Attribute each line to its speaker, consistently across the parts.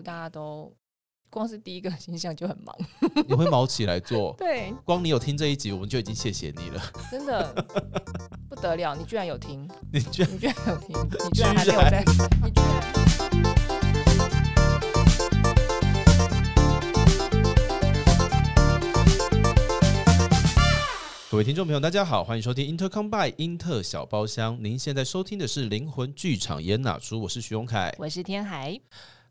Speaker 1: 家都光是第一个 形象就很忙。
Speaker 2: 你会毛起来做。
Speaker 1: 对，
Speaker 2: 光你有听这一集，我们就已经谢谢你了。
Speaker 1: 真的 不得了，你居然有听，
Speaker 2: 你居然
Speaker 1: 你居然有听，你居然还没有 在，你居然。
Speaker 2: 各位听众朋友，大家好，欢迎收听 Intercom by 英特小包厢。您现在收听的是《灵魂剧场演哪出》，我是徐荣凯。
Speaker 1: 我是天海，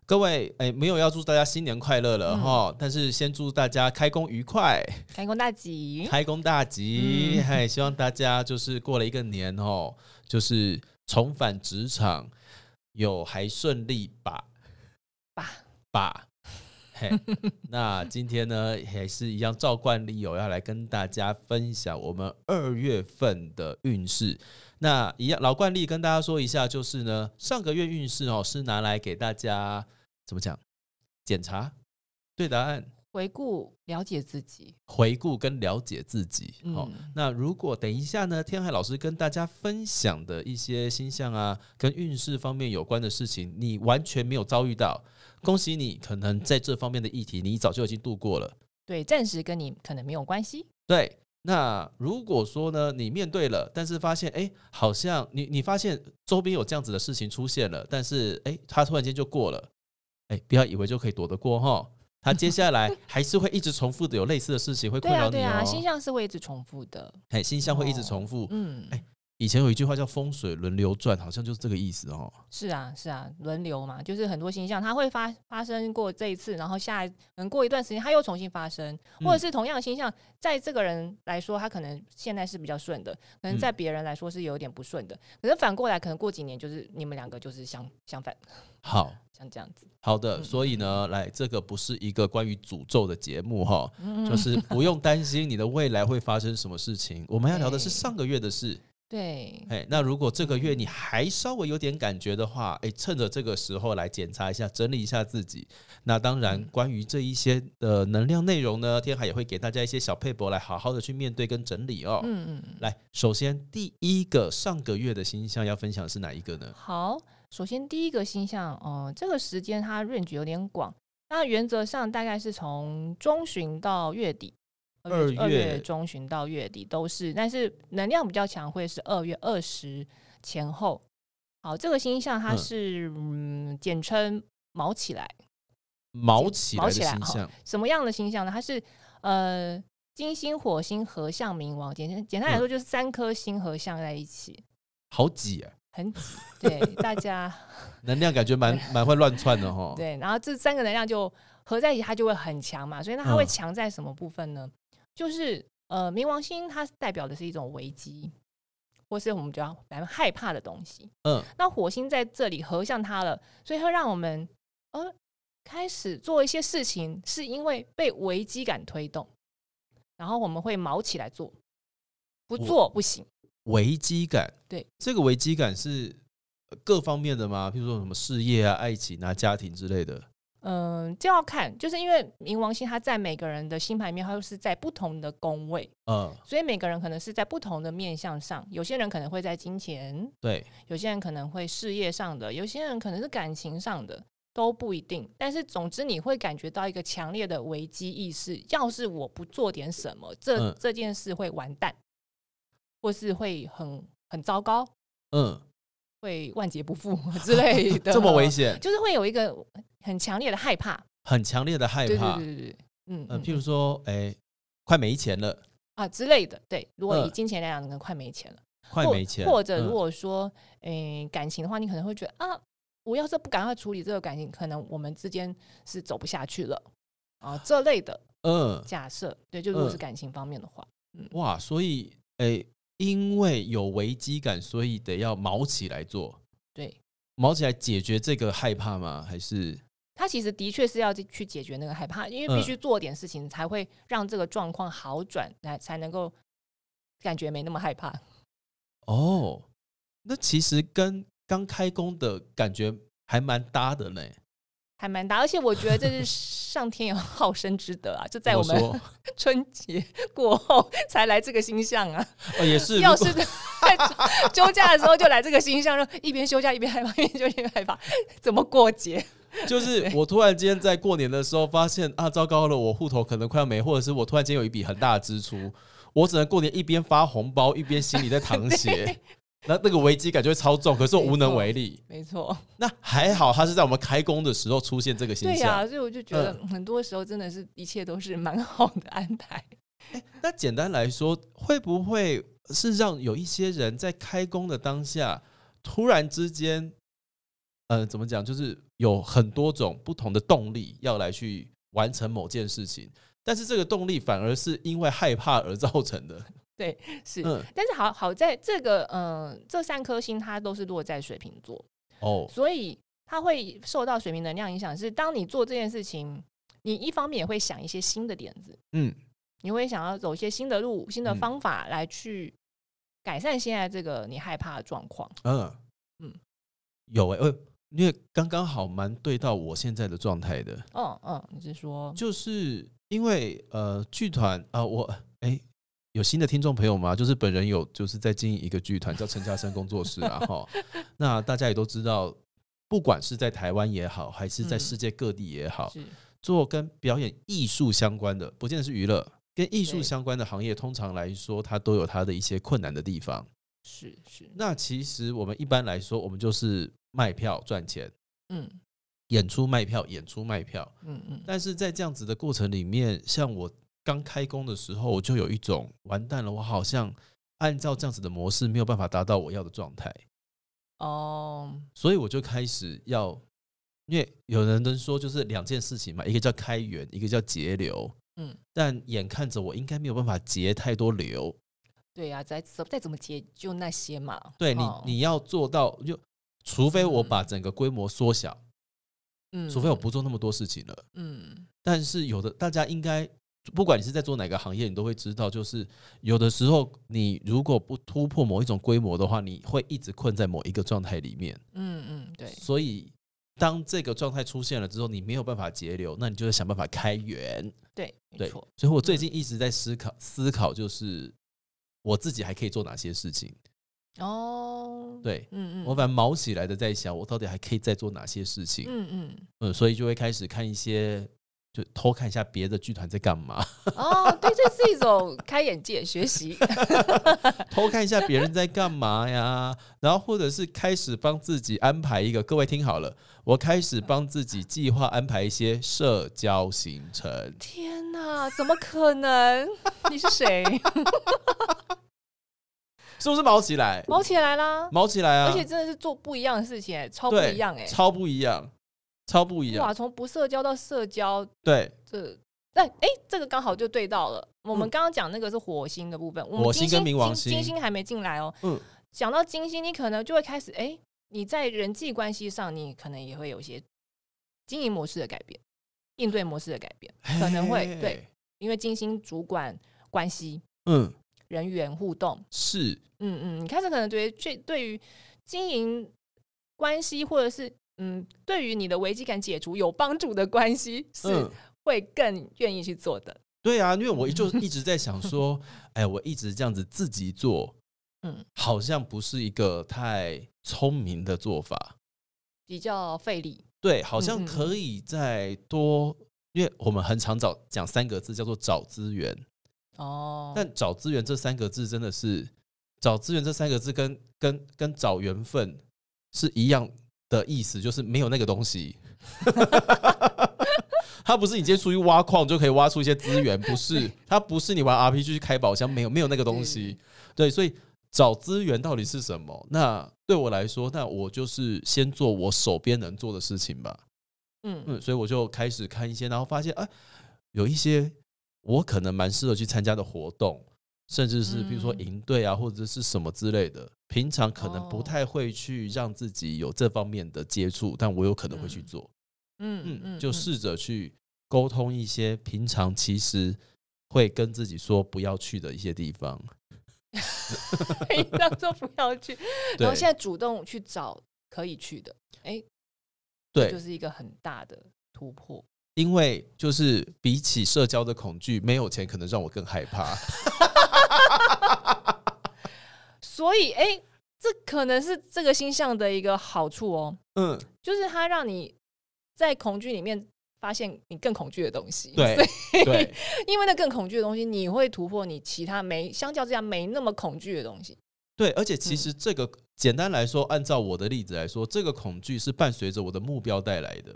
Speaker 2: 各位，哎，没有要祝大家新年快乐了哈、但是先祝大家开工愉快，
Speaker 1: 开工大吉，
Speaker 2: 开工大吉。
Speaker 1: 嗯
Speaker 2: 嗨、希望大家就是过了一个年哦，就是重返职场，有还顺利吧
Speaker 1: 吧
Speaker 2: 吧。 嘿，那今天呢，还是一样照惯例哦，要来跟大家分享我们二月份的运势。那一样老惯例跟大家说一下，就是呢，上个月运势哦是拿来给大家怎么讲检查对答案、
Speaker 1: 回顾了解自己，
Speaker 2: 回顾跟了解自己。哦，
Speaker 1: 嗯
Speaker 2: 那如果等一下呢，天海老师跟大家分享的一些星象啊，跟运势方面有关的事情，你完全没有遭遇到，恭喜你，可能在这方面的议题你早就已经度过了。
Speaker 1: 对，暂时跟你可能没有关系，
Speaker 2: 对，那如果说呢，你面对了，但是发现哎，好像你你发现周边有这样子的事情出现了，但是哎，它突然间就过了，哎，不要以为就可以躲得过哈。它接下来还是会一直重复的有类似的事情会
Speaker 1: 对
Speaker 2: 困
Speaker 1: 啊，
Speaker 2: 扰你
Speaker 1: 对
Speaker 2: 哦，
Speaker 1: 啊，星象是会一直重复的，
Speaker 2: 哎，星象会一直重复，
Speaker 1: 嗯，
Speaker 2: 哎以前有一句话叫“风水轮流转”，好像就是这个意思哦。
Speaker 1: 是啊，是啊，轮流嘛，就是很多星象它会发发生过这一次，然后下一可能过一段时间它又重新发生，或者是同样的星象，在这个人来说，他可能现在是比较顺的，可能
Speaker 2: 嗯
Speaker 1: 在别人来说是有点不顺的，可是反过来，可能过几年就是你们两个就是相相反，
Speaker 2: 好
Speaker 1: 像这样子，
Speaker 2: 好的，
Speaker 1: 嗯
Speaker 2: 所以呢，来这个不是一个关于诅咒的节目哈，
Speaker 1: 嗯
Speaker 2: 就是不用担心你的未来会发生什么事情。我们要聊的是
Speaker 1: 对嗯
Speaker 2: 上个月的事，
Speaker 1: 对，
Speaker 2: 哎，那如果这个月你还稍微有点感觉的话，哎，趁着这个时候来检查一下、整理一下自己。那当
Speaker 1: 嗯
Speaker 2: 然，关于这一些的能量内容呢，天海也会给大家一些小配博来好好的去面对跟整理哦。
Speaker 1: 嗯嗯。嗯
Speaker 2: 来，首先第一个上个月的星象要分享的是哪一个呢？
Speaker 1: 好，首先第一个星象，呃，这个时间它 range 有点广，那原则上大概是从中旬到月底，
Speaker 2: 二
Speaker 1: 二
Speaker 2: 月
Speaker 1: 月中旬到月底都是，但是能量比较强会是二月二十前后。好，这个星象它
Speaker 2: 嗯
Speaker 1: 是嗯简称毛起来，
Speaker 2: 毛起来
Speaker 1: 毛
Speaker 2: 的
Speaker 1: 起来哦
Speaker 2: 形
Speaker 1: 好
Speaker 2: 象，
Speaker 1: 什么样的星象呢？它是呃金星、火星合相冥王，简简单来
Speaker 2: 嗯
Speaker 1: 说就是三颗星合相在一起，
Speaker 2: 好挤、啊，
Speaker 1: 很挤对大家
Speaker 2: 能量感觉蛮蛮会乱窜的哈。
Speaker 1: 对，然后这三个能量就合在一起，它就会很强嘛。所以那它会
Speaker 2: 嗯
Speaker 1: 强在什么部分呢？就是呃，冥王星它代表的是一种危机，或是我们比较蛮害怕的东西。
Speaker 2: 嗯，
Speaker 1: 那火星在这里合向它了，所以会让我们呃开始做一些事情，是因为被危机感推动，然后我们会毛起来做，不
Speaker 2: 我
Speaker 1: 做不行。
Speaker 2: 危机感，
Speaker 1: 对，
Speaker 2: 这个危机感是呃各方面的吗？譬如说什么事业啊、爱情啊、家庭之类的。
Speaker 1: 嗯，这要看，就是因为冥王星它在每个人的星盘里面，它又是在不同的宫位，
Speaker 2: 嗯，
Speaker 1: 所以每个人可能是在不同的面向上，有些人可能会在金钱，
Speaker 2: 对，
Speaker 1: 有些人可能会事业上的，有些人可能是感情上的，都不一定。但是总之你会感觉到一个强烈的危机意识，要是我不做点什么，这、
Speaker 2: 嗯
Speaker 1: 这件事会完蛋，或是会很很糟糕，
Speaker 2: 嗯，
Speaker 1: 会万劫不复 之类 的，
Speaker 2: 这么危，险，
Speaker 1: 就是会有一个很强烈的害怕，
Speaker 2: 很强烈的害
Speaker 1: 对对
Speaker 2: 怕。
Speaker 1: 对对对，嗯，
Speaker 2: 嗯，
Speaker 1: 嗯
Speaker 2: 譬如说，哎、快没钱了，
Speaker 1: 啊之类的，对，如果以
Speaker 2: 嗯
Speaker 1: 金钱来讲，可能快没钱了。
Speaker 2: 快
Speaker 1: 或
Speaker 2: 没钱，
Speaker 1: 或者
Speaker 2: 嗯
Speaker 1: 如果说，诶、感情的话，你可能会觉得啊，我要是不赶快处理这个感情，可能我们之间是走不下去了啊，这类的
Speaker 2: 嗯，
Speaker 1: 假设，对，就如果是
Speaker 2: 嗯
Speaker 1: 感情方面的话，
Speaker 2: 哇，所以哎、因为有危机感，所以得要毛起来做。
Speaker 1: 对，
Speaker 2: 毛起来解决这个害怕吗？还是
Speaker 1: 他其实的确是要去解决那个害怕，因
Speaker 2: 嗯
Speaker 1: 为必须做点事情才会让这个状况好转，来才能够感觉没那么害怕。
Speaker 2: 哦，那其实跟刚开工的感觉还蛮搭的呢。
Speaker 1: 还蛮大，而且我觉得这 是上天有好生之德啊！就在我
Speaker 2: 怎
Speaker 1: 们
Speaker 2: 么说
Speaker 1: 春节过后才来这个星象啊。
Speaker 2: 哦，也 是，
Speaker 1: 要
Speaker 2: 如果
Speaker 1: 是在休假的时候就来这个星象，就一边休假一边害怕，一边休假一边害怕，怎么过节？
Speaker 2: 就是我突然间在过年的时候发现啊，糟糕了，我户头可能快要没，或者是我突然间有一笔很大的支出，我只能过年一边发红包一边心里在淌 血，那那个危机感就会超重，可是我无能为力。
Speaker 1: 没错，
Speaker 2: 那还好，它是在我们开工的时候出现这个现
Speaker 1: 对
Speaker 2: 象。
Speaker 1: 呀、所以我就觉
Speaker 2: 嗯
Speaker 1: 得很多时候真的是一切都是蛮好的安排。
Speaker 2: 那简单来说，会不会是让有一些人在开工的当下，突然之间，呃，怎么讲，就是有很多种不同的动力要来去完成某件事情，但是这个动力反而是因为害怕而造成的。
Speaker 1: 是，
Speaker 2: 嗯，
Speaker 1: 但是好好在这个嗯、呃这三颗星它都是落在水瓶座，
Speaker 2: 哦，
Speaker 1: 所以它会受到水瓶能量影响。是当你做这件事情，你一方面也会想一些新的点子，
Speaker 2: 嗯，
Speaker 1: 你会想要走一些新的路、新的
Speaker 2: 嗯
Speaker 1: 方法来去改善现在这个你害怕的状况。
Speaker 2: 嗯，嗯
Speaker 1: 嗯，
Speaker 2: 有诶、呃因为刚刚好蛮对到我现在的状态的。
Speaker 1: 嗯嗯，你是说
Speaker 2: 就是因为呃，剧团啊、呃我哎、有新的听众朋友吗？就是本人有就是在经营一个剧团叫陈嘉生工作室啊 哈，那大家也都知道，不管是在台湾也好，还是在
Speaker 1: 嗯
Speaker 2: 世界各地也好，
Speaker 1: 是
Speaker 2: 做跟表演艺术相关的，不见得是娱乐。跟艺术
Speaker 1: 对
Speaker 2: 相关的行业，通常来说，它都有它的一些困难的地方。
Speaker 1: 是是，
Speaker 2: 那其实我们一般来说，我们就是卖票赚钱，
Speaker 1: 嗯
Speaker 2: 演出卖票，演出卖票。
Speaker 1: 嗯嗯，
Speaker 2: 但是在这样子的过程里面，像我刚开工的时候，我就有一种完蛋了，我好像按照这样子的模式没有办法达到我要的状态，
Speaker 1: 哦，
Speaker 2: 所以我就开始要，因为有人都说就是两件事情嘛，一个叫开源，一个叫节流。
Speaker 1: 嗯，
Speaker 2: 但眼看着我应该没有办法节太多流，
Speaker 1: 对呀、再怎再怎么解就那些嘛。
Speaker 2: 对你
Speaker 1: 哦，
Speaker 2: 你要做到就，除非我
Speaker 1: 嗯
Speaker 2: 把整个规模缩小，
Speaker 1: 嗯
Speaker 2: 除非我不做那么多事情了。
Speaker 1: 嗯
Speaker 2: 但是有的大家应该，不管你是在做哪个行业，你都会知道，就是有的时候你如果不突破某一种规模的话，你会一直困在某一个状态里面。
Speaker 1: 嗯嗯，对，
Speaker 2: 所以当这个状态出现了之后，你没有办法节流，那你就要想办法开源。
Speaker 1: 对，没
Speaker 2: 对，
Speaker 1: 错，嗯
Speaker 2: 所以我最近一直在思考，思考就是我自己还可以做哪些事情。
Speaker 1: 哦，，
Speaker 2: 对。
Speaker 1: 嗯嗯，
Speaker 2: 我反正毛起来的在想，我到底还可以再做哪些事情？
Speaker 1: 嗯嗯，
Speaker 2: 嗯，所以就会开始看一些，就偷看一下别的剧团在干嘛。
Speaker 1: 哦，对，这是一种开眼界、学习，
Speaker 2: 偷看一下别人在干嘛呀， 然后或者是开始帮自己安排一个，各位听好了，我开始帮自己计划安排一些社交行程。
Speaker 1: 天哪，怎么可能？你是 谁？
Speaker 2: 是不是毛起来？
Speaker 1: 毛起来啦！
Speaker 2: 毛起来啊！
Speaker 1: 而且真的是做不一样的事情、哎，超不
Speaker 2: 对
Speaker 1: 一样哎、
Speaker 2: 超不一样，超不一样
Speaker 1: 哇，。从不社交到社交，
Speaker 2: 对，
Speaker 1: 这但哎、这个刚好就对到了。我们刚刚讲那个是火星的部分，我
Speaker 2: 嗯火
Speaker 1: 们
Speaker 2: 星
Speaker 1: 金
Speaker 2: 跟冥王
Speaker 1: 星
Speaker 2: 星
Speaker 1: 金星还没进来哦。
Speaker 2: 嗯
Speaker 1: 讲到金星，你可能就会开始哎、你在人际关系上，你可能也会有一些经营模式的改变，应对模式的改变，可能会
Speaker 2: 嘿
Speaker 1: 对，因为金星主管关系、
Speaker 2: 嗯，
Speaker 1: 人员互动，
Speaker 2: 是，
Speaker 1: 嗯嗯，你开始可能对对对于经营关系或者是。嗯，对于你的危机感解除有帮助的关系 是
Speaker 2: 嗯，
Speaker 1: 会更愿意去做的。
Speaker 2: 对啊，因为我就一直在想 说，哎，我一直这样子自己做，嗯
Speaker 1: 嗯，
Speaker 2: 好像不是一个太聪明的做法。
Speaker 1: 比较费力。
Speaker 2: 对，好像
Speaker 1: 嗯嗯
Speaker 2: 可以再多，因为我们很常找讲三个字叫做找资源，
Speaker 1: 哦
Speaker 2: 但找资源这三个字真的是找资源这三个字跟跟跟找缘分是一样的意思，就是没有那个东西。 它不是你今天出去挖矿就可以挖出一些资源，不是，它不是你玩 RPG 去开宝箱，没有没有那个东西。对，所以找资源到底是什么？那对我来说，那我就是先做我手边能做的事情吧。
Speaker 1: 嗯
Speaker 2: 嗯，所以我就开始看一些，然后发现啊，有一些我可能蛮适合去参加的活动，甚至是比如说
Speaker 1: 嗯
Speaker 2: 营队啊，或者是什么之类的。平常可能不
Speaker 1: 哦
Speaker 2: 太会去让自己有这方面的接触，但我有可能会去
Speaker 1: 嗯
Speaker 2: 做。
Speaker 1: 嗯
Speaker 2: 嗯，就 试着去沟通一些平常其实会跟自己说不要去的一些地方。
Speaker 1: 当做哎不要去，
Speaker 2: 对
Speaker 1: 然后现在主动去找可以去的，哎，
Speaker 2: 对
Speaker 1: 就，是一个很大的突破。
Speaker 2: 因为就是比起社交的恐惧，没有钱可能让我更害 怕。
Speaker 1: 所以，哎，这可能是这个星象的一个好处哦，
Speaker 2: 嗯，
Speaker 1: 就是它让你在恐惧里面发现你更恐惧的东西。
Speaker 2: 对对，
Speaker 1: 因为那更恐惧的东西，你会突破你其他没相较之下没那么恐惧的东西。
Speaker 2: 对，而且
Speaker 1: 嗯
Speaker 2: 其实这个、简单来说，按照我的例子来说，这个恐惧是伴随着我的目标带来的。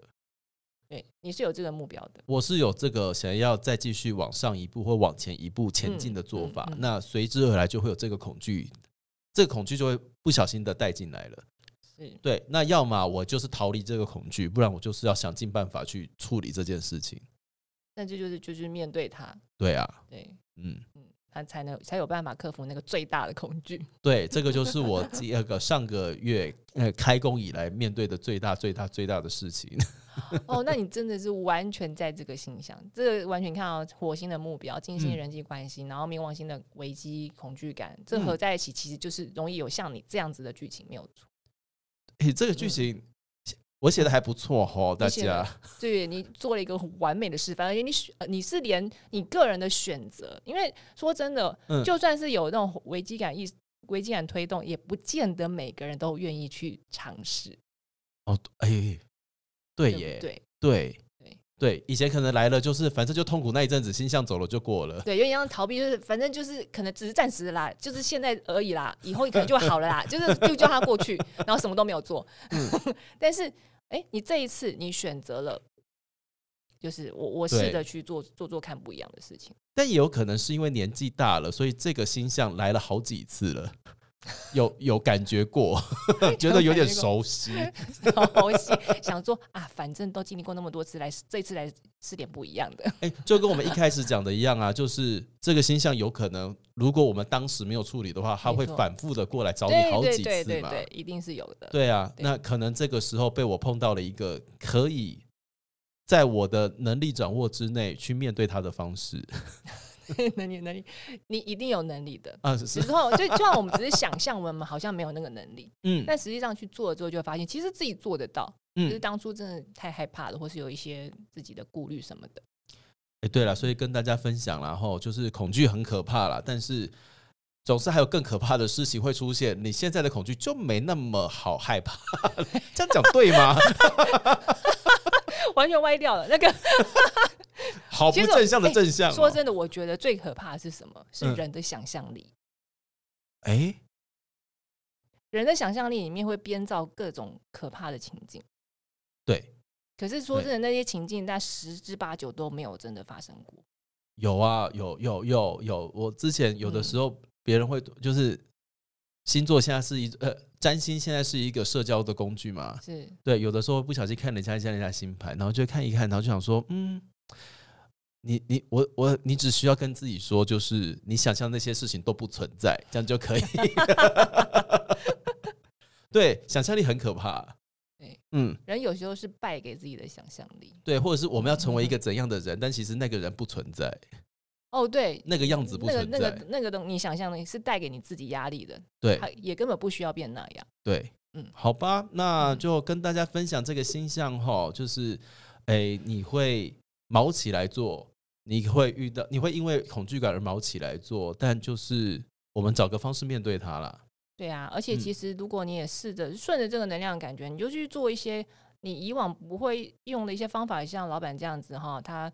Speaker 1: 对，你是有这个目标的。
Speaker 2: 我是有这个想要再继续往上一步或往前一步前进的做法，
Speaker 1: 嗯嗯嗯
Speaker 2: 那随之而来就会有这个恐惧，这个恐惧就会不小心的带进来了。
Speaker 1: 是，
Speaker 2: 对，那要么我就是逃离这个恐惧，不然我就是要想尽办法去处理这件事情。
Speaker 1: 那这就是就是面对它，
Speaker 2: 对啊，
Speaker 1: 对，
Speaker 2: 嗯，
Speaker 1: 嗯，它才能才有办法克服那个最大的恐惧。
Speaker 2: 对，这个就是我 第二个上个月呃开工以来面对的最大最大最大的事情。
Speaker 1: 哦，那你真的是完全在这个星象，这个完全看到火星的目标、金星
Speaker 2: 嗯
Speaker 1: 的人际关系，然后冥王星的危机恐惧感，这
Speaker 2: 嗯
Speaker 1: 合在一起，其实就是容易有像你这样子的剧情没有错。
Speaker 2: 诶，这个剧情我写的还不错哦，大
Speaker 1: 嗯你写得
Speaker 2: 家。
Speaker 1: 对你做了一个很完美的示范，而且你选呃你是连你个人的选择，因为说真的，
Speaker 2: 嗯
Speaker 1: 就算是有那种危机感意识危机感推动，也不见得每个人都愿意去尝试，
Speaker 2: 哦，哎、对
Speaker 1: 对
Speaker 2: 耶，
Speaker 1: 不对？
Speaker 2: 对
Speaker 1: 对
Speaker 2: 对，以前可能来了就是反正就痛苦那一阵子，星象走了就过了。
Speaker 1: 对，有点像逃避，就是反正就是可能只是暂时的啦，就是现在而已啦，以后可能就好了啦，就是就叫他过去，然后什么都没有做。
Speaker 2: 嗯
Speaker 1: 但是，哎、你这一次你选择了，就是我我
Speaker 2: 对
Speaker 1: 试着去做做做看不一样的事情。
Speaker 2: 但也有可能是因为年纪大了，所以这个星象来了好几次了，有有感觉过， 觉得有点 熟悉。
Speaker 1: 好戏， 想说啊，反正都经历过那么多次，来这次来吃点不一样的。
Speaker 2: 哎、就跟我们一开始讲的一样啊，就是这个星象有可能，如果我们当时没有处理的话，它
Speaker 1: 没
Speaker 2: 会
Speaker 1: 错
Speaker 2: 反复的过来找你
Speaker 1: 对
Speaker 2: 好
Speaker 1: 对
Speaker 2: 几
Speaker 1: 对
Speaker 2: 次
Speaker 1: 对
Speaker 2: 嘛。
Speaker 1: 对，一定是有的。
Speaker 2: 对啊，
Speaker 1: 对
Speaker 2: 那可能这个时候被我碰到了一个可以在我的能力掌握之内去面对它的方式
Speaker 1: 能力能力，你一定有能力的。
Speaker 2: 啊，是
Speaker 1: 只是后就就算我们只是想象，我们好像没有那个能力，
Speaker 2: 嗯
Speaker 1: 但实际上去做了之后，就会发现其实自己做得到。只
Speaker 2: 嗯，
Speaker 1: 是当初真的太害怕了，或是有一些自己的顾虑什么的。
Speaker 2: 哎，对了，所以跟大家分享啦，然后就是恐惧很可怕啦，但是总是还有更可怕的事情会出现，你现在的恐惧就没那么好害怕， 这样讲对 吗？
Speaker 1: 完全歪掉了。那个
Speaker 2: 好不
Speaker 1: 其实我
Speaker 2: 正向的正向、
Speaker 1: 说
Speaker 2: 哦，
Speaker 1: 真的，我觉得最可怕的是什么？是
Speaker 2: 嗯
Speaker 1: 人的想象力。
Speaker 2: 哎，
Speaker 1: 人的想象力里面会编造各种可怕的情境。
Speaker 2: 对，
Speaker 1: 可是说真的，那些情境但十之八九都没有真的发生过。
Speaker 2: 有啊，有有有有，我之前有的时候别人会就是星座现在是一呃，占星现在是一个社交的工具嘛，
Speaker 1: 是，
Speaker 2: 对，有的时候不小心看人家一下人家星盘，然后就会看一看，然后就想说，嗯，你你我我你只需要跟自己说，就是你想象那些事情都不存在，这样就可以。 对，想象力很可怕。
Speaker 1: 对，
Speaker 2: 嗯，
Speaker 1: 人有时候是败给自己的想象力。
Speaker 2: 对，或者是我们要成为一个怎样的人，但其实那个人不存在，
Speaker 1: 哦，对，
Speaker 2: 那个样子不
Speaker 1: 那个
Speaker 2: 存在。
Speaker 1: 那个那个东，你想象力是带给你自己压力的，
Speaker 2: 对
Speaker 1: 它也根本不需要变那样。
Speaker 2: 对，嗯
Speaker 1: 嗯，
Speaker 2: 好吧，那
Speaker 1: 嗯
Speaker 2: 就跟大家分享这个星象哈，就是，诶，你会毛起来做，你会遇到，你会因为恐惧感而毛起来做，但就是我们找个方式面对它啦。
Speaker 1: 对啊，而且
Speaker 2: 嗯
Speaker 1: 其实如果你也试着顺着这个能量的感觉，你就去做一些你以往不会用的一些方法，像老板这样子哈，他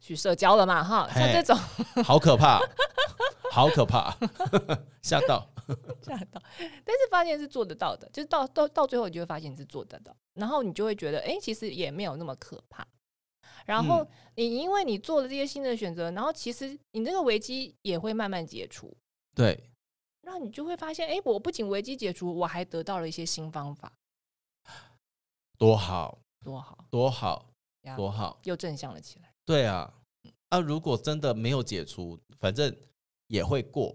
Speaker 1: 去社交了嘛哈，像
Speaker 2: 嘿
Speaker 1: 这种
Speaker 2: 好可怕， 好可怕， 吓到。
Speaker 1: 吓到，但是发现是做得到的，就是到到到最后，你就会发现你是做得到，然后你就会觉得，哎、其实也没有那么可怕。然后
Speaker 2: 嗯
Speaker 1: 你因为你做了这些新的选择，然后其实你那个危机也会慢慢解除，
Speaker 2: 对，
Speaker 1: 然后你就会发现，哎、我不仅危机解除，我还得到了一些新方法，
Speaker 2: 多好，
Speaker 1: 多好
Speaker 2: 多好，
Speaker 1: 呀！
Speaker 2: 多好。
Speaker 1: 又正向了起来。
Speaker 2: 对啊，
Speaker 1: 嗯
Speaker 2: 啊，如果真的没有解除，反正也会过，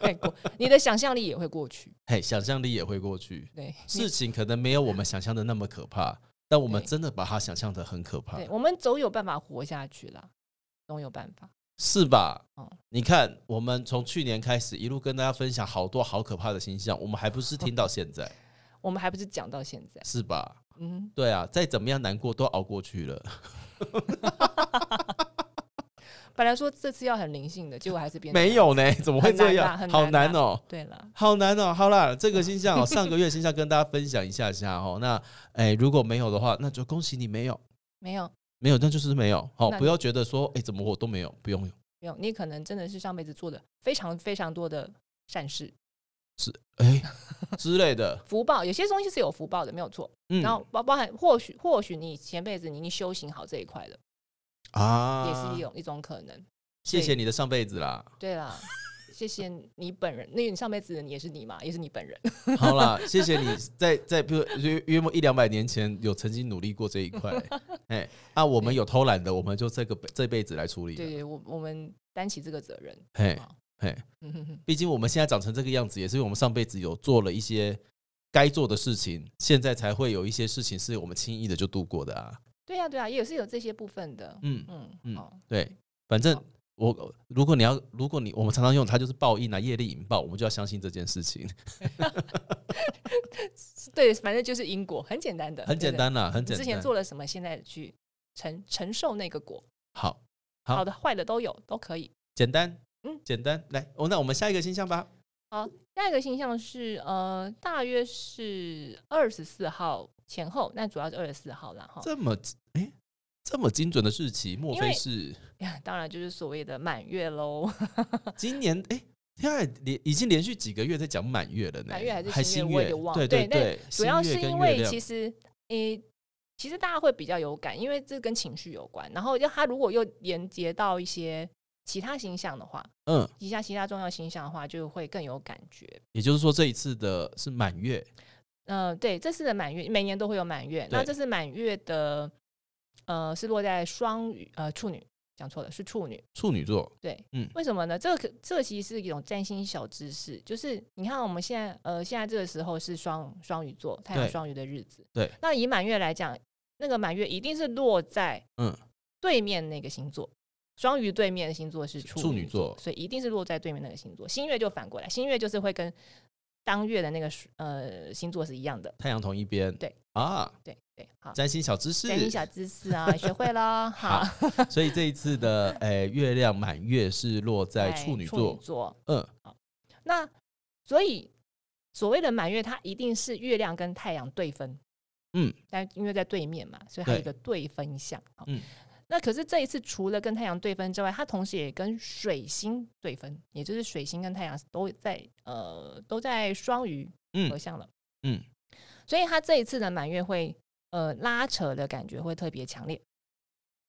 Speaker 1: 太过，你的想象力也会过去。
Speaker 2: 嘿，想象力也会过去。
Speaker 1: 对，
Speaker 2: 事情可能没有我们想象的那么可怕，但我们
Speaker 1: 对
Speaker 2: 真的把它想象的很可怕
Speaker 1: 对，，我们总有办法活下去啦，总有办法。
Speaker 2: 是吧？
Speaker 1: 哦
Speaker 2: 你看，我们从去年开始一路跟大家分享好多好可怕的星象，我们还不是听到现 在，
Speaker 1: 我们还不是讲到现在，
Speaker 2: 是吧？
Speaker 1: 嗯，
Speaker 2: 对啊，再怎么样难过都熬过去了。
Speaker 1: 本来说这次要很灵性的，结果还是变成
Speaker 2: 没有呢，怎么会这样？
Speaker 1: 很难啦嗯
Speaker 2: 好
Speaker 1: 很难啦
Speaker 2: 难哦、
Speaker 1: 对了，
Speaker 2: 好难哦、好啦，这个星象、哦，上个月星象跟大家分享一下下哦。那哎、如果没有的话，那就恭喜你没有，
Speaker 1: 没有
Speaker 2: 没有，那就是没有。好、
Speaker 1: 那
Speaker 2: 不要觉得说，哎、怎么我都没有，不用
Speaker 1: 没有，你可能真的是上辈子做的非常非常多的善事
Speaker 2: 哎、之类的。
Speaker 1: 福报，有些东西是有福报的，没有错。
Speaker 2: 嗯，
Speaker 1: 然后包包含或许或许你前辈子你已经修行好这一块了，
Speaker 2: 啊，
Speaker 1: 也是一种一种可能。
Speaker 2: 谢谢你的上辈子啦。
Speaker 1: 对啦，谢谢你本人，那你上辈子也是你嘛，也是你本人。
Speaker 2: 好啦，谢谢你在在比如约约莫一两百年前有曾经努力过这一 块。哎、啊，我们有偷懒的，我们就这个这辈子来处理
Speaker 1: 对
Speaker 2: 了。
Speaker 1: 对，我我们担起这个责任。
Speaker 2: 嘿
Speaker 1: 好
Speaker 2: 嘿，
Speaker 1: 嗯哼哼，
Speaker 2: 毕竟我们现在长成这个样子，也是因为我们上辈子有做了一些该做的事情，现在才会有一些事情是我们轻易的就度过的啊。
Speaker 1: 对呀、对呀、也是有这些部分的。
Speaker 2: 嗯，
Speaker 1: 嗯
Speaker 2: 嗯
Speaker 1: 好，
Speaker 2: 对，反正
Speaker 1: 好
Speaker 2: 我如果你要，如果你我们常常用它就是报应啊，业力引爆，我们就要相信这件事情，
Speaker 1: 对，反正就是因果，很简单的，
Speaker 2: 很简
Speaker 1: 对不对。
Speaker 2: 单啦，很
Speaker 1: 你
Speaker 2: 简
Speaker 1: 之前
Speaker 2: 单。
Speaker 1: 做了什么，现在去承承受那个果，
Speaker 2: 好，好
Speaker 1: 好的坏的都有，都可以。
Speaker 2: 简单，
Speaker 1: 嗯
Speaker 2: 简单。来，哦，那我们下一个星象吧。
Speaker 1: 下一个星象是呃，大约是二十四号前后，那主要是二十四号啦哈。
Speaker 2: 这么哎、这么精准的日期，莫
Speaker 1: 因
Speaker 2: 非
Speaker 1: 为
Speaker 2: 是
Speaker 1: 当然就是所谓的满月 喽，
Speaker 2: 今年？哎、现在连已经连续几个月在讲满月了呢，
Speaker 1: 满月还是新月
Speaker 2: 新
Speaker 1: 我有点忘了
Speaker 2: 对对
Speaker 1: 对
Speaker 2: 对，
Speaker 1: 主要
Speaker 2: 新
Speaker 1: 是
Speaker 2: 月跟
Speaker 1: 因
Speaker 2: 月
Speaker 1: 为
Speaker 2: 亮
Speaker 1: 其实诶、其实大家会比较有感，因为这跟情绪有关。然后要它如果又连接到一些其他星象的话，
Speaker 2: 嗯，
Speaker 1: 其他其他重要星象的话，就会更有感觉。
Speaker 2: 也就是说这一次的是满月，
Speaker 1: 嗯、对，这次的满月每年都会有满月，那
Speaker 2: 对
Speaker 1: 这次满月的呃是落在双鱼呃处女，讲错了是处女，
Speaker 2: 处女座，
Speaker 1: 对，
Speaker 2: 嗯
Speaker 1: 为什么呢？这个可这个其实是一种占星小知识，就是你看我们现在呃现在这个时候是双双鱼座，太阳
Speaker 2: 对
Speaker 1: 双鱼的日子，
Speaker 2: 对，
Speaker 1: 那以满月来讲，那个满月一定是落在
Speaker 2: 嗯，
Speaker 1: 对面那个星座。双鱼对面的星座是处
Speaker 2: 处女
Speaker 1: 座，
Speaker 2: 座
Speaker 1: 所以一定是落在对面那个星座。新月就反过来，新月就是会跟当月的那个呃星座是一样的。
Speaker 2: 太阳同一边，
Speaker 1: 对
Speaker 2: 啊，
Speaker 1: 对对，好，
Speaker 2: 占星小知识，
Speaker 1: 占星小知识啊，学 会了。好，
Speaker 2: 所以这一次的诶、月亮满月是落在
Speaker 1: 哎
Speaker 2: 处女
Speaker 1: 处
Speaker 2: 座，嗯，
Speaker 1: 那所以所谓的满月，它一定是月亮跟太阳对分。
Speaker 2: 嗯，
Speaker 1: 但因为在对面嘛，所以它有一
Speaker 2: 对
Speaker 1: 个对分相。好
Speaker 2: 嗯，
Speaker 1: 那可是这一次除了跟太阳对分之外，它同时也跟水星对分，也就是水星跟太阳都在呃都在双鱼
Speaker 2: 嗯
Speaker 1: 合相了。
Speaker 2: 嗯，
Speaker 1: 所以它这一次的满月会呃拉扯的感觉会特别强烈。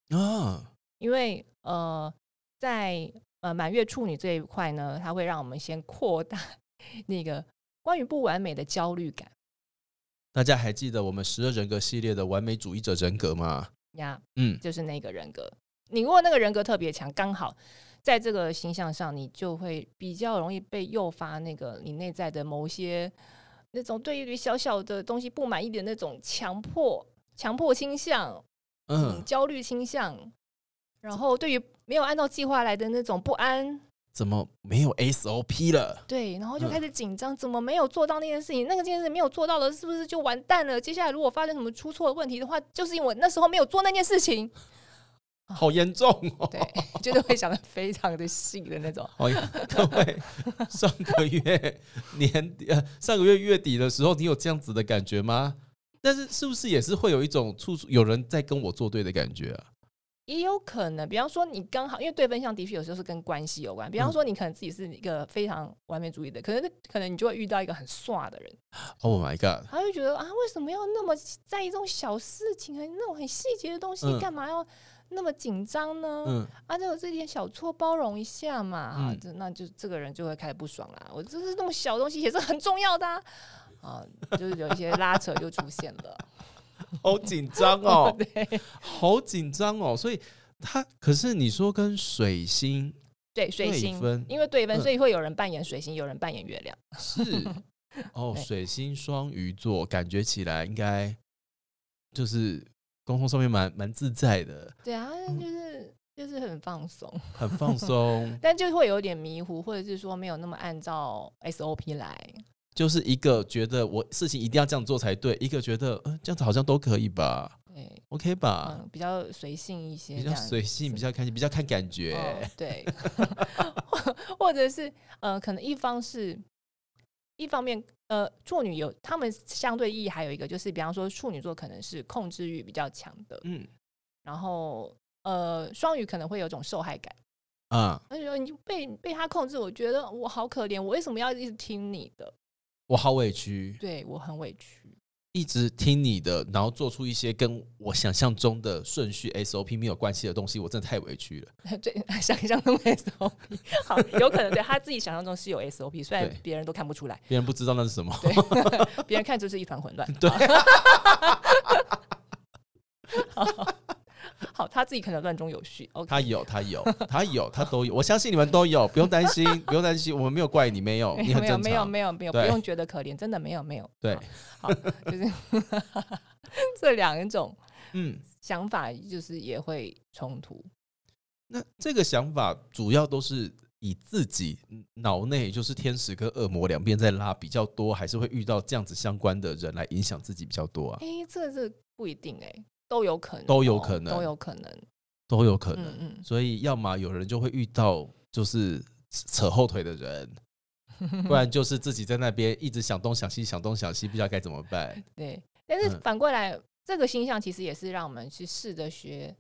Speaker 2: 啊，
Speaker 1: 因为呃，在呃满月处女这一块呢，它会让我们先扩大 那个关于不完美的焦虑感
Speaker 2: 大家还记得我们十二人格系列的完美主义者人格吗？
Speaker 1: 呀，
Speaker 2: 嗯，
Speaker 1: 就是那个人格。你如果那个人格特别强，刚好在这个形象上，你就会比较容易被诱发那个你内在的某些那种对于小小的东西不满意的那种强迫、强迫倾向、嗯，
Speaker 2: 嗯，
Speaker 1: 焦虑倾向，然后对于没有按照计划来的那种不安。
Speaker 2: 怎么没有 SOP 了？
Speaker 1: 对，然后就
Speaker 2: 嗯
Speaker 1: 开始紧张，怎么没有做到那件事情？那个件事没有做到了，是不是就完蛋了？接下来如果发生什么出错的问题的话，就是因为我那时候没有做那件事情。
Speaker 2: 好严重哦！
Speaker 1: 对，就是会想的非常的细的那种。
Speaker 2: 好呀，各位，上个月年底，呃，上个月月底的时候，你有这样子的感觉吗？但是是不是也是会有一种处处有人在跟我作对的感觉啊？
Speaker 1: 也有可能，比方说你刚好，因为对分项的确有时候是跟关系有关。比
Speaker 2: 嗯
Speaker 1: 方说你可能自己是一个非常完美主义的，可能可能你就会遇到一个很刷的人，
Speaker 2: Oh my god！
Speaker 1: 他会觉得啊，为什么要那么在意这种小事情，很那种很细节的东西，
Speaker 2: 嗯
Speaker 1: 干嘛要那么紧张呢？
Speaker 2: 嗯，
Speaker 1: 啊，这个这点小错包容一下嘛，哈、
Speaker 2: 嗯
Speaker 1: 这那就这个人就会开始不爽啦。我这是那么小的东西也是很重要的啊，啊就是有一些拉扯就出现了。，
Speaker 2: 好紧张哦
Speaker 1: 对
Speaker 2: 好紧张哦。所以他可是你说跟水星
Speaker 1: 对，水
Speaker 2: 对
Speaker 1: 星
Speaker 2: 分
Speaker 1: 因为对分，
Speaker 2: 嗯
Speaker 1: 所以会有人扮演水星，有人扮演月亮。
Speaker 2: 是哦，
Speaker 1: 对
Speaker 2: 水星双鱼座，感觉起来应该就是沟通上面蛮蛮自在的，
Speaker 1: 对啊，
Speaker 2: 嗯
Speaker 1: 就是就是很放松， ，
Speaker 2: 很放松
Speaker 1: 但就会有点迷糊，或者是说没有那么按照 SOP 来。
Speaker 2: 就是一个觉得我事情一定要这样做才对，一个觉得嗯、这样子好像都可以吧
Speaker 1: 对，
Speaker 2: ，OK 吧，
Speaker 1: 嗯，比较随性一些，
Speaker 2: 啊比较随性，比
Speaker 1: 较
Speaker 2: 较开心，比较看感觉。
Speaker 1: 哦、对， 或或者是呃，可能一方是一方面，呃，处女有他们相对意义还有一个就是，比方说处女座可能是控制欲比较强的，
Speaker 2: 嗯
Speaker 1: 然后呃，双鱼可能会有种受害感。
Speaker 2: 啊、
Speaker 1: 他就说你被被他控制，我觉得我好可怜，我为什么要一直听你的？
Speaker 2: 我好委屈，
Speaker 1: 对我很委屈。
Speaker 2: 一直听你的，然后做出一些跟我想象中的顺序 SOP 没有关系的东西，我真的太委屈了。
Speaker 1: 对， 想象中的 SOP，好，有可能对他自己想象中是有 SOP，虽然
Speaker 2: 对
Speaker 1: 别人都看不 出来，
Speaker 2: 别人不知道那是什么，
Speaker 1: 对，别人看就是一团混乱。
Speaker 2: 对，
Speaker 1: 好，他自己可能乱中有序。OK，
Speaker 2: 他有，他有， 他有，他都有。我相信你们都有，不用担 心，不用担心，我们没有怪你，没有，
Speaker 1: 没
Speaker 2: 哦你
Speaker 1: 有
Speaker 2: 很
Speaker 1: 没有
Speaker 2: 正
Speaker 1: 没有
Speaker 2: 常。
Speaker 1: 没有没有，不
Speaker 2: 对
Speaker 1: 用觉得可怜，真的没有没有。
Speaker 2: 对
Speaker 1: 好，好，就是 这两种
Speaker 2: 嗯，
Speaker 1: 想法，就是也会冲突。
Speaker 2: 那这个想法主要都是以自己脑内就是天使跟恶魔两边在拉比较多，还是会遇到这样子相关的人来影响自己比较多啊？
Speaker 1: 诶，这这不一定诶，都有可能哦，
Speaker 2: 都有可能
Speaker 1: 都有可能。
Speaker 2: 都有可能。
Speaker 1: 嗯嗯。
Speaker 2: 所以，要么有人就会遇到就是扯后腿的 人，不然就是自己在那边一直想东想西，想东想西，不知道该怎么办。
Speaker 1: 对，但是
Speaker 2: 嗯
Speaker 1: 反过来，这个星象其实也是让我们去试着学，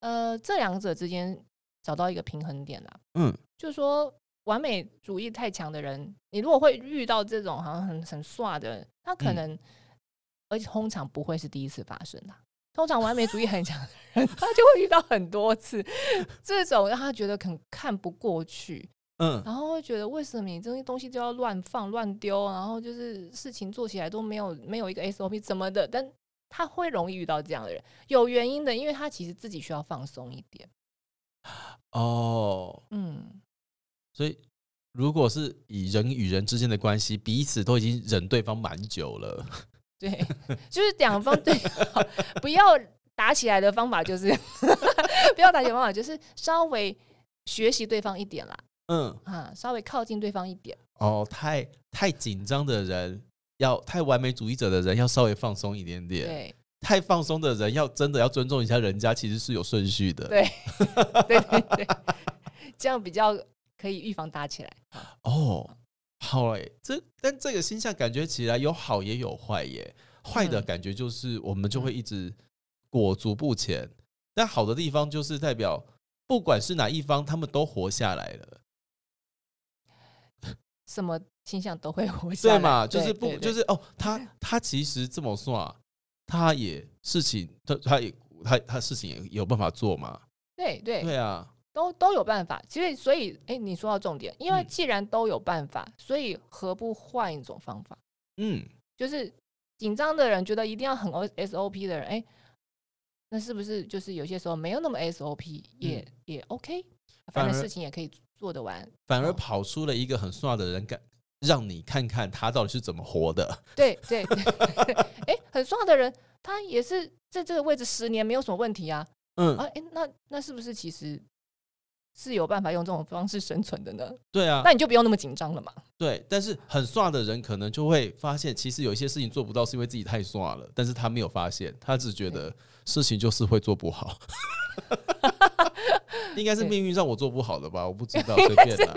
Speaker 1: 呃，这两者之间找到一个平衡点啦。
Speaker 2: 嗯，
Speaker 1: 就是说，完美主义太强的人，你如果会遇到这种好像很很飒的人，他可
Speaker 2: 嗯
Speaker 1: 能、而且通常不会是第一次发生的。通常完美主义很强的人，他就会遇到很多次这种让他觉得很看不过去，
Speaker 2: 嗯，
Speaker 1: 然后会觉得为什么你这些东西都要乱放乱丢，然后就是事情做起来都没有没有一个 SOP 怎么的，但他会容易遇到这样的人，有原因的，因为他其实自己需要放松一点。
Speaker 2: 哦，
Speaker 1: 嗯，
Speaker 2: 所以，如果是以人与人之间的关系，彼此都已经忍对方蛮久了，
Speaker 1: 对，就是两方对， 不要打起来的方法就是 不要打起来的方法就是稍微学习对方一点啦，
Speaker 2: 嗯，
Speaker 1: 啊，稍微靠近对方一点。
Speaker 2: 哦，太太紧张的人要太完美主义者的人要稍微放松一点点，
Speaker 1: 对
Speaker 2: 太放松的人要真的要尊重一下人家，其实是有顺序的。
Speaker 1: 对对对对，这样比较可以预防打起来。
Speaker 2: 哦，好诶、这但这个星象感觉起来有好也有坏耶，坏的
Speaker 1: 嗯
Speaker 2: 感觉就是我们就会一直裹足不前，但好的地方就是代表不管是哪一方，他们都活下来了。
Speaker 1: 什么倾向都会 活下来，
Speaker 2: 对嘛？就是不
Speaker 1: 对对
Speaker 2: 就是哦，他他其实这么算啊，他也事情他他也他他事情也有办法做嘛？
Speaker 1: 对对
Speaker 2: 对啊，
Speaker 1: 都都有办法。其实所以，哎、你说到重点，因为
Speaker 2: 嗯
Speaker 1: 既然都有办法，所以何不换一种方法？
Speaker 2: 嗯，
Speaker 1: 就是紧张的人觉得一定要很 O SOP 的人，哎、那是不是就是有些时候没有那么 SOP 也、也 OK，
Speaker 2: 嗯反
Speaker 1: 反正
Speaker 2: 而
Speaker 1: 事情也可以做得完。
Speaker 2: 反而
Speaker 1: 哦
Speaker 2: 跑出了一个很帅的人，感让你看看他到底是怎么活的。
Speaker 1: 对对，哎、很爽的人，他也是在这个位置十年没有什么问题啊。啊
Speaker 2: 嗯，，
Speaker 1: 哎、那那是不是其实是有办法用这种方式生存的呢？
Speaker 2: 对啊，
Speaker 1: 那你就不用那么紧张了嘛。
Speaker 2: 对。但是很帅的人可能就会发现，其实有一些事情做不到是因为自己太帅了，但是他没有发现，他只觉得事情就是会做不 好。应该是
Speaker 1: 对
Speaker 2: 命运让我做不好的吧？我不知 道，随便啦。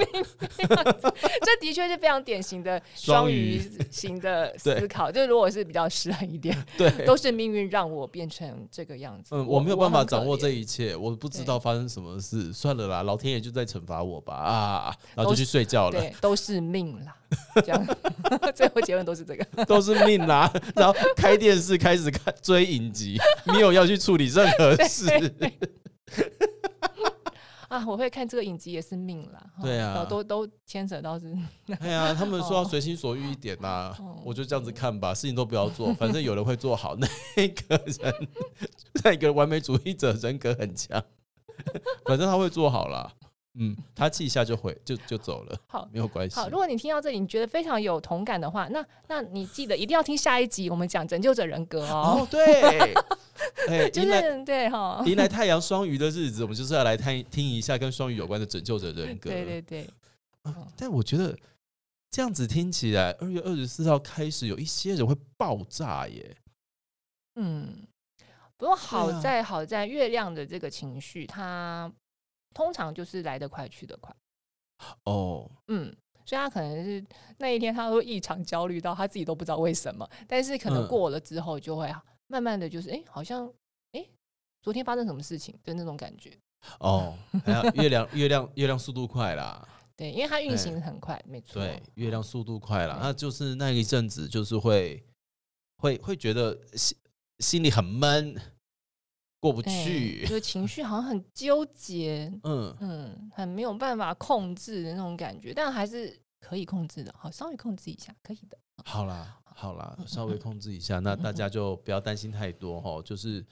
Speaker 1: 这的确是非常典型的
Speaker 2: 双
Speaker 1: 双
Speaker 2: 鱼
Speaker 1: 鱼型的
Speaker 2: 对
Speaker 1: 思考，就是如果是比较失衡一点，
Speaker 2: 对，
Speaker 1: 都是命运让我变成这个样子。
Speaker 2: 嗯，我没有办法掌握这
Speaker 1: 一，
Speaker 2: 一切，我不知
Speaker 1: 对
Speaker 2: 道发生什么事，算了啦，老天爷就在惩罚我吧啊，然后就
Speaker 1: 都
Speaker 2: 去睡觉了，
Speaker 1: 对，都是命啦。这样， 最后结论都是这个。
Speaker 2: 都是命啦。然后开电视开始看追影集，没有要去处理任何事，
Speaker 1: 啊，我会看这个影集也是命啦。哈
Speaker 2: 对啊
Speaker 1: 都都牵扯到是，
Speaker 2: 哎呀，他们说要随心所欲一点呐、
Speaker 1: 哦
Speaker 2: 我就这样子看吧，事情都不要做，反正有人会做好。 那一个人，那一个完美主义者人格很强，反正他会做好啦。嗯，他气一下就回就就走了，
Speaker 1: 好
Speaker 2: 没有关系。
Speaker 1: 好，如果你听到这里，你觉得非常有同感的话，那那你记得一定要听下一集，我们讲拯救者人格哦，
Speaker 2: 哦，对， 哎，
Speaker 1: 就
Speaker 2: 迎来
Speaker 1: 是对哈，
Speaker 2: 迎来太阳双鱼的日子，我们就是要来探听一下跟双鱼有关的拯救者人格。
Speaker 1: 对对对，
Speaker 2: 啊但我觉得这样子听起来，二月二十四号开始有一些人会爆炸耶。
Speaker 1: 嗯，不过好
Speaker 2: 啊
Speaker 1: 在好在月亮的这个情绪，它通常就是来得快去得快，
Speaker 2: 哦，
Speaker 1: 嗯，所以他可能是那一天他会异常焦虑到他自己都不知道为什么，但是可能
Speaker 2: 嗯
Speaker 1: 过了之后就会慢慢的就是哎、诶好像哎、诶昨天发生什么事情的那种感觉，
Speaker 2: 哦，还 有月亮，月亮，月亮速度快啦，
Speaker 1: 对，因为它运行得很快，没错，
Speaker 2: 对，月亮速度快啦，
Speaker 1: 对
Speaker 2: 那就是那一阵子就是会会会觉得心心里很闷，过不
Speaker 1: 诶
Speaker 2: 去，
Speaker 1: 就 是情绪好像很纠结，
Speaker 2: 嗯，
Speaker 1: 嗯，很没有办法控制的那种感觉，但还是可以控制的，好，稍微控制一下，可以的。
Speaker 2: 好啦，好啦，
Speaker 1: 嗯
Speaker 2: 稍
Speaker 1: 嗯
Speaker 2: 微
Speaker 1: 嗯
Speaker 2: 控制一下，那
Speaker 1: 嗯
Speaker 2: 大
Speaker 1: 嗯
Speaker 2: 家就不要担心太多哦，就是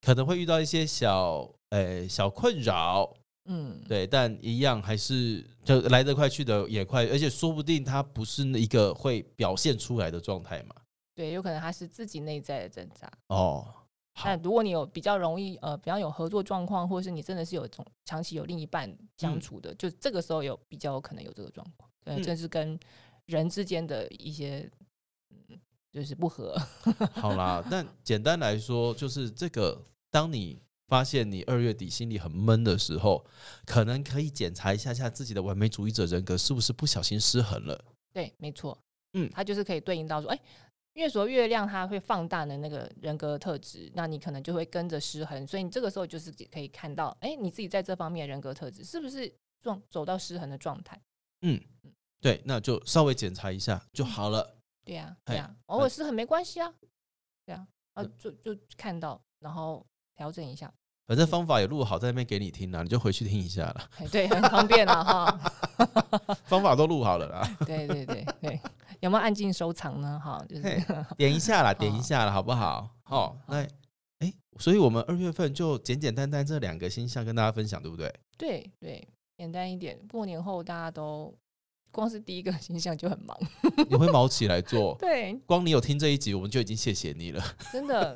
Speaker 2: 可能会遇到一些小呃小困扰，
Speaker 1: 嗯，
Speaker 2: 对，但一样还是就来得快去得也快，而且说不定它不是一个会表现出来的状态嘛。
Speaker 1: 对，有可能他是自己内在的挣扎。
Speaker 2: 哦，好
Speaker 1: 那，如果你有比较容易呃，比较有合作状况，或者是你真的是有种长期有另一半相
Speaker 2: 嗯
Speaker 1: 处的，就这个时候有比较有可能有这个状况，可能
Speaker 2: 嗯
Speaker 1: 这是跟人之间的一些嗯，就是不合。
Speaker 2: 好 啦，但简单来说，就是这个，当你发现你二月底心里很闷的时候，可能可以检查一下下自己的完美主义者人格是不是不小心失衡了。
Speaker 1: 对，没错，
Speaker 2: 嗯
Speaker 1: 它就是可以对应到说，哎、因为所谓月亮它会放大的那个人格特质，那你可能就会跟着失衡，所以你这个时候就是可以看到，哎、你自己在这方面的人格特质是不是状走到失衡的状态？
Speaker 2: 对，那就稍微检查一下就好了。
Speaker 1: 对呀、
Speaker 2: 哎
Speaker 1: 对呀、偶
Speaker 2: 那
Speaker 1: 尔失衡没关系啊，对呀、啊，
Speaker 2: 嗯
Speaker 1: 就就看到，然后调整一下，
Speaker 2: 反正方法也录好在那边给你听啊啦，你就回去听一下啦。
Speaker 1: 哎对，很方便了哈，
Speaker 2: 方法都录好了啦，
Speaker 1: 对对对对，有没有按静收藏呢？哈，就是
Speaker 2: 嘿点一 下啦，
Speaker 1: 好
Speaker 2: 点一下啦，好不好？好、
Speaker 1: 好
Speaker 2: 那哎，所以我们二月份就简简单单这两个星象跟大家分享，对不对？
Speaker 1: 对对，简单一点，过年后大家都光是第一个 形象就很 忙，，
Speaker 2: 你会毛起来做
Speaker 1: 对，
Speaker 2: 光你有听这一集，我们就已经谢谢你了。
Speaker 1: 真的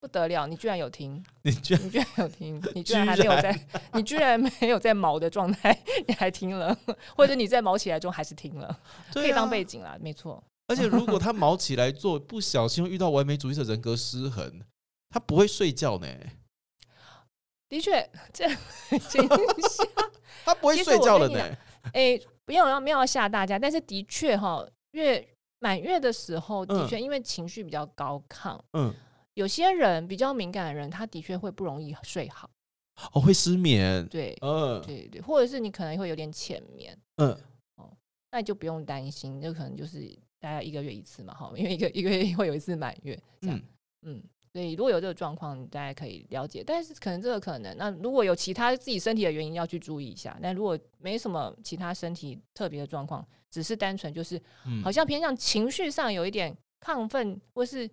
Speaker 1: 不得了！你居然有听，
Speaker 2: 你居然
Speaker 1: 你居然有听，你居
Speaker 2: 居
Speaker 1: 然还没有
Speaker 2: 然
Speaker 1: 在，你居然没有在毛的状态， 你还听了，或者你在毛起来中还是听了，可
Speaker 2: 对
Speaker 1: 以
Speaker 2: 啊
Speaker 1: 当背景啦，没错，
Speaker 2: 而且如果他毛起来做，不小心会遇到完美主义者人格失衡，他不会睡觉呢，
Speaker 1: 的确，这这
Speaker 2: 他不会
Speaker 1: 其实
Speaker 2: 睡觉
Speaker 1: 我
Speaker 2: 了
Speaker 1: 跟你
Speaker 2: 呢。
Speaker 1: 哎、不要要没有要吓大家，但是的确哈，月满月的时候，的
Speaker 2: 嗯
Speaker 1: 确因为情绪比较高亢，
Speaker 2: 嗯，
Speaker 1: 有些人比较敏感的人，他的确会不容易睡好，
Speaker 2: 哦，会失眠。
Speaker 1: 对
Speaker 2: 嗯
Speaker 1: 对对，或者是你可能会有点浅眠。
Speaker 2: 嗯，
Speaker 1: 那就不用担心，就可能就是大概一个月一次嘛，哈，因为一个一个月会有一次满月，这样
Speaker 2: 嗯，
Speaker 1: 嗯所以如果有这个状况，大家可以了解，但是可能这个可能，那如果有其他自己身体的原因要去注意一下，但如果没什么其他身体特别的状况，只是单纯就是
Speaker 2: 嗯
Speaker 1: 好像偏向情绪上有一点亢奋或是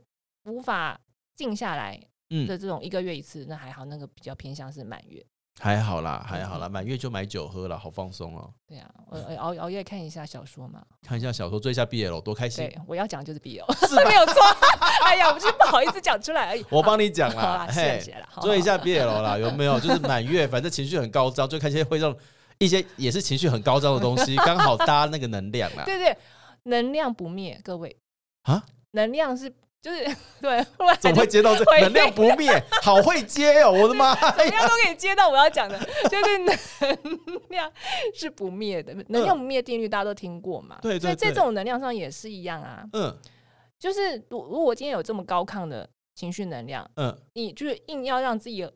Speaker 1: 无法静下来
Speaker 2: 嗯，
Speaker 1: 的这种一个月一次，那还好，那个比较偏向是满月。
Speaker 2: 还好啦，还
Speaker 1: 嗯
Speaker 2: 好啦，满月就买酒喝了，好放松哦。
Speaker 1: 对啊， 我我熬熬夜看一下小说嘛。
Speaker 2: 看一下小说，追一下 BL，多开心！
Speaker 1: 对，我要讲就是 BL，是 没有错。哎呀，我就是不好意思讲出 来而已。
Speaker 2: 我帮你讲
Speaker 1: 好好
Speaker 2: 啦
Speaker 1: 啦，，
Speaker 2: 嘿
Speaker 1: 谢，谢啦。好
Speaker 2: 追一，
Speaker 1: 好
Speaker 2: 下 BL 啦，有没有？就是满月，反正情绪很高涨，就看一些会让一些也是情绪很高涨的东 西，刚好搭那个能量啦。
Speaker 1: 对对，能量不灭，各位
Speaker 2: 啊，
Speaker 1: 能量是就是 对，忽然
Speaker 2: 怎么会
Speaker 1: 就
Speaker 2: 接到这
Speaker 1: 回
Speaker 2: 能量不灭？ 好会接哦！我的妈
Speaker 1: 怎么
Speaker 2: 呀！
Speaker 1: 样都可以接到 我要讲的，就是 能量是不灭的，能量不灭定律大家都听过嘛。
Speaker 2: 嗯对对
Speaker 1: 所以在
Speaker 2: 对
Speaker 1: 这种能量上也是一样啊，
Speaker 2: 嗯
Speaker 1: 就是如如果今天有这么高亢的情绪能量，
Speaker 2: 嗯
Speaker 1: 你就是硬要让自己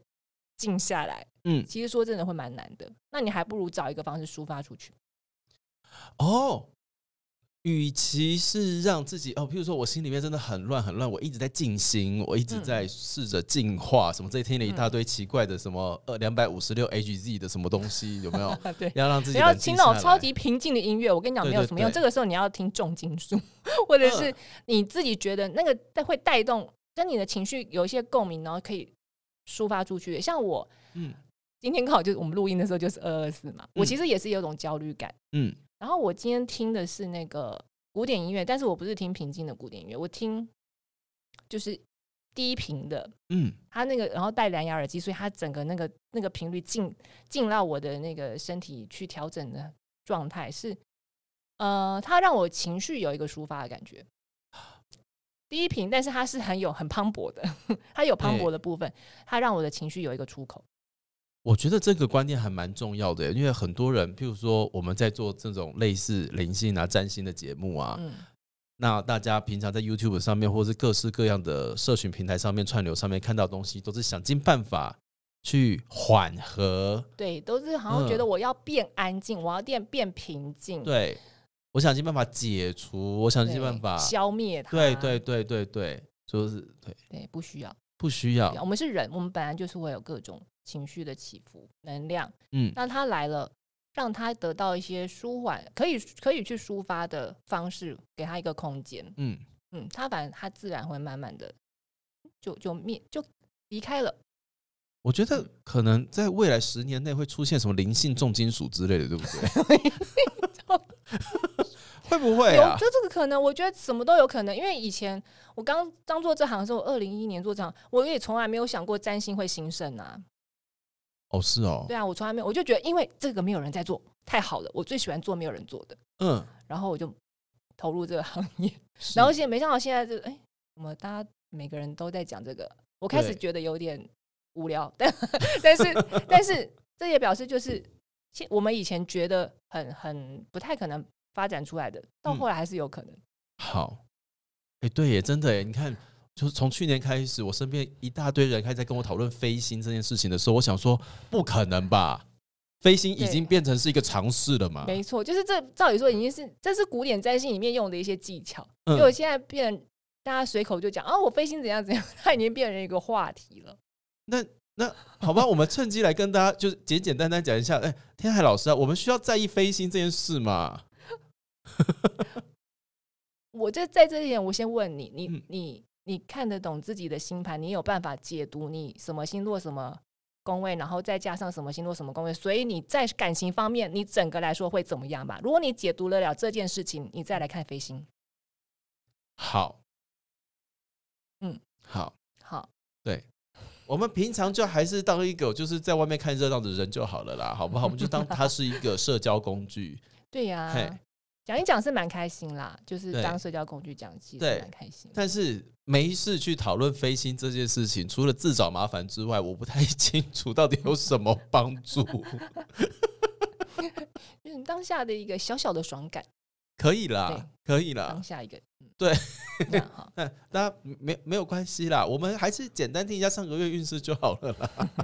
Speaker 1: 静下来。
Speaker 2: 嗯，
Speaker 1: 其实说真的会蛮难的。那你还不如找一个方式抒发出去。
Speaker 2: 哦，与其是让自己哦，譬如说我心里面真的很乱很乱，我一直在静心，我一直
Speaker 1: 嗯
Speaker 2: 在试着净化，什么这听了一大堆奇怪的什么呃两百五十六 HZ 的什么东西，有没 有？
Speaker 1: 对。
Speaker 2: 要让自
Speaker 1: 不
Speaker 2: 己
Speaker 1: 要
Speaker 2: 冷静
Speaker 1: 听那种
Speaker 2: 下
Speaker 1: 超
Speaker 2: 来
Speaker 1: 级平静的音乐，我跟你讲
Speaker 2: 对
Speaker 1: 没有
Speaker 2: 对
Speaker 1: 什么用。
Speaker 2: 对
Speaker 1: 这个时候你要听重金属， 或者是
Speaker 2: 嗯
Speaker 1: 你自己觉得那个带会带动跟你的情绪有一些共鸣，然后可以抒发出去。像我
Speaker 2: 嗯
Speaker 1: 今天刚好就是我们录音的时候就是二二四嘛，我
Speaker 2: 嗯
Speaker 1: 其实也是有种焦虑感。
Speaker 2: 嗯
Speaker 1: 然后我今天听的是那个古典音乐，但是我不是听平静的古典音乐，我听就是低频的
Speaker 2: 嗯
Speaker 1: 它那个，然后戴蓝牙耳机，所以它整个那个那个频率进进到我的那个身体去调整的状态是呃，它让我情绪有一个抒发的感觉。第一瓶，但是它是很有很磅礴的， 它有磅礴的部分，它让我的情绪有一个出口。
Speaker 2: 我觉得这个观念还蛮重要的耶，因为很多人，譬如说我们在做这种类似灵性啊、占星的节目啊，
Speaker 1: 嗯，
Speaker 2: 那大家平常在 YouTube 上面，或是各式各样的社群平台上面、串流上面看到的东西，都是想尽办法去缓和。
Speaker 1: 对，都是好像觉
Speaker 2: 嗯
Speaker 1: 得我要变安静，我要变变平静，，
Speaker 2: 对，我想尽办法解除，我想尽办法。
Speaker 1: 消灭它。
Speaker 2: 对对对对对，就是对，
Speaker 1: 对，不需要。
Speaker 2: 不需
Speaker 1: 不需要
Speaker 2: 要。
Speaker 1: 我们是人，我们本来就是会有各种情绪的起伏、能量。
Speaker 2: 嗯，
Speaker 1: 那它来了，让它得到一些舒缓，可以可以去抒发的方式，给它一个空间。
Speaker 2: 嗯，
Speaker 1: 嗯，它反正它自然会慢慢的就就灭就离开了。
Speaker 2: 我觉得可能在未来十年内会出现什么灵性重金属之类的，对不对？ 会不会
Speaker 1: 有
Speaker 2: 啊？
Speaker 1: 就这个可能，我觉得什么都有可能。因为以前我刚刚做这行的时候，二零一一年做这行，我也从来没有想过占星会兴盛啊。
Speaker 2: 哦，是哦，
Speaker 1: 对啊，我从来没有，我就觉得因为这个没有人在做，太好了，我最喜欢做没有人做的，
Speaker 2: 嗯，
Speaker 1: 然后我就投入这个行业。
Speaker 2: 是
Speaker 1: 然后现在没想到现在就哎，怎么大家每个人都在讲这个？我开始
Speaker 2: 对
Speaker 1: 觉得有点无聊，但但是但是这也表示就是，现我们以前觉得很很不太可能发展出来的，到
Speaker 2: 嗯
Speaker 1: 后来还是有可能。
Speaker 2: 好，哎、对耶，真的耶，你看，就是从去年开始，我身边一大堆人开始在跟我讨论飞星这件事情的时候，我想说，不可能吧？飞星已
Speaker 1: 对啊
Speaker 2: 经变成是一个常识了嘛？
Speaker 1: 没错，就是这照理说已经是这是古典占星里面用的一些技巧，
Speaker 2: 嗯
Speaker 1: 结果现在变成大家随口就讲啊，我飞行怎样怎样，它已经变成一个话题了。
Speaker 2: 那那好吧，我们趁机来跟大家就是简简单单讲一下，哎、天海老师啊，我们需要在意飞星这件事嘛？
Speaker 1: 我这在这一点，我先问你，你、
Speaker 2: 嗯
Speaker 1: 你你看得懂自己的星盘，你有办法解读你什么星座什么宫位，然后再加上什么星座什么宫位，所以你在感情方面，你整个来说会怎么样吧？如果你解读得了这件事情，你再来看飞星。
Speaker 2: 好，
Speaker 1: 嗯，
Speaker 2: 好，
Speaker 1: 好，
Speaker 2: 我们平常就还是当一个就是在外面看热闹的人就好了啦，好不好？我们就当它是一个社交工具。
Speaker 1: 对呀、
Speaker 2: 嘿
Speaker 1: 讲一讲是蛮开心啦，就是
Speaker 2: 对
Speaker 1: 当社交工具讲，其实
Speaker 2: 对
Speaker 1: 蛮开心。
Speaker 2: 但是没事去讨论飞星这件事情，除了自找麻烦之外，我不太清楚到底有什么帮 助。
Speaker 1: 就是当下的一个小小的爽感，
Speaker 2: 可以啦，可以啦
Speaker 1: 当，下一个，嗯，
Speaker 2: 啊对，
Speaker 1: 这样哈，
Speaker 2: 那大家没没有关系啦，我们还是简单听一下上个月运势就好了啦。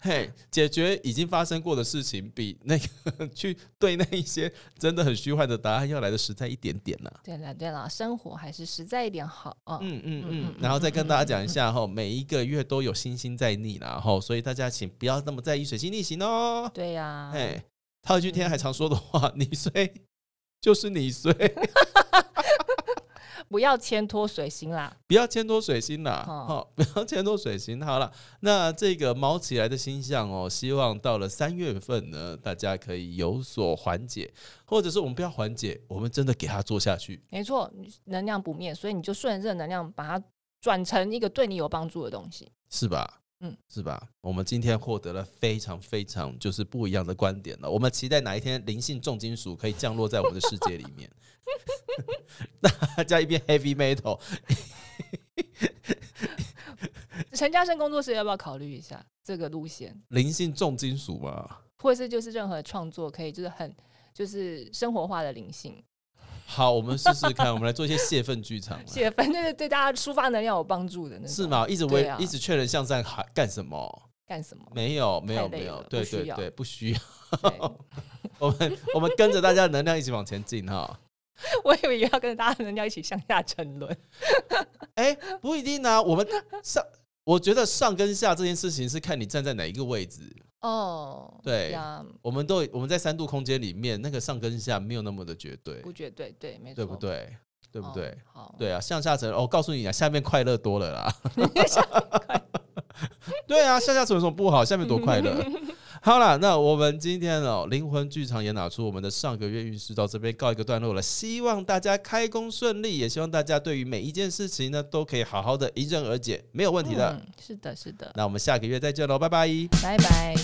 Speaker 2: 嘿，解决已经发生过的事情，比那个去对那一些真的很虚幻的答案要来的实在一点点啦。
Speaker 1: 对啦对啦，生活还是实在一点好啊。
Speaker 2: 嗯嗯
Speaker 1: 嗯
Speaker 2: 嗯
Speaker 1: 嗯，
Speaker 2: 然后再跟大家讲一下哈，每一个月都有星星在逆啦，哈，所以大家请不要那么在意水星逆行哦。
Speaker 1: 对呀、
Speaker 2: 哎，套一句天海常说的话：“你衰就是你衰，
Speaker 1: 不要牵拖水星啦。
Speaker 2: 不要牵拖水星啦，
Speaker 1: 哦
Speaker 2: 好、不要牵拖水星。”好了，那这个猫起来的星象哦，希望到了三月份呢，大家可以有所缓解，或者是我们不要缓解，我们真的给它做下去。
Speaker 1: 没错，你能量不灭，所以你就顺着这个能量把它转成一个对你有帮助的东西。
Speaker 2: 是吧？
Speaker 1: 嗯，
Speaker 2: 是吧？我们今天获得了非常非常就是不一样的观点了。我们期待哪一天灵性重金属可以降落在我们的世界里面， 大家一边 heavy metal，
Speaker 1: 陈嘉生工作室要不要考虑一下这个路线，
Speaker 2: 灵性重金属嘛。
Speaker 1: 或者是就是任何创作可以就是很就是生活化的灵性，
Speaker 2: 好，我们试试 看，我们来做一些泄愤剧场嘛。
Speaker 1: 写反正是对大家抒发能量有帮助的那种
Speaker 2: 是？吗？一直为、
Speaker 1: 对啊
Speaker 2: 一直劝人向善，还干什么？
Speaker 1: 干 什么？
Speaker 2: 没有，没有，
Speaker 1: 太累
Speaker 2: 没有
Speaker 1: 了，
Speaker 2: 对
Speaker 1: 不需
Speaker 2: 对
Speaker 1: 要
Speaker 2: 对，不需要。
Speaker 1: 对
Speaker 2: 我们我们跟着大家的能量一起往前进哈。
Speaker 1: 我以为要跟大家能量一起向下 沉沦。
Speaker 2: 哎、不一定啊。我们上，我觉得上跟下这件事情是看你站在哪一个位置。
Speaker 1: 哦，
Speaker 2: 对
Speaker 1: 呀，
Speaker 2: 我们都我们在三度空间里面，那个上跟下没有那么的绝对，
Speaker 1: 不绝对，对，没错，
Speaker 2: 对
Speaker 1: 哦
Speaker 2: 不？对？对不对？？
Speaker 1: 好，
Speaker 2: 对啊，向下沉。哦，告诉你啊，下面快乐多了啦。 对啊，向下沉有什么不好？下面多快乐。好啦，那我们今天哦，灵魂剧场也拿出我们的上个月运势到这边告一个段落了。希望大家开工顺利，也希望大家对于每一件事情呢，都可以好好的迎
Speaker 1: 嗯
Speaker 2: 刃而解，没有问题的。
Speaker 1: 嗯，是的，是的，
Speaker 2: 那我们下个月再见喽，拜拜。
Speaker 1: 拜拜。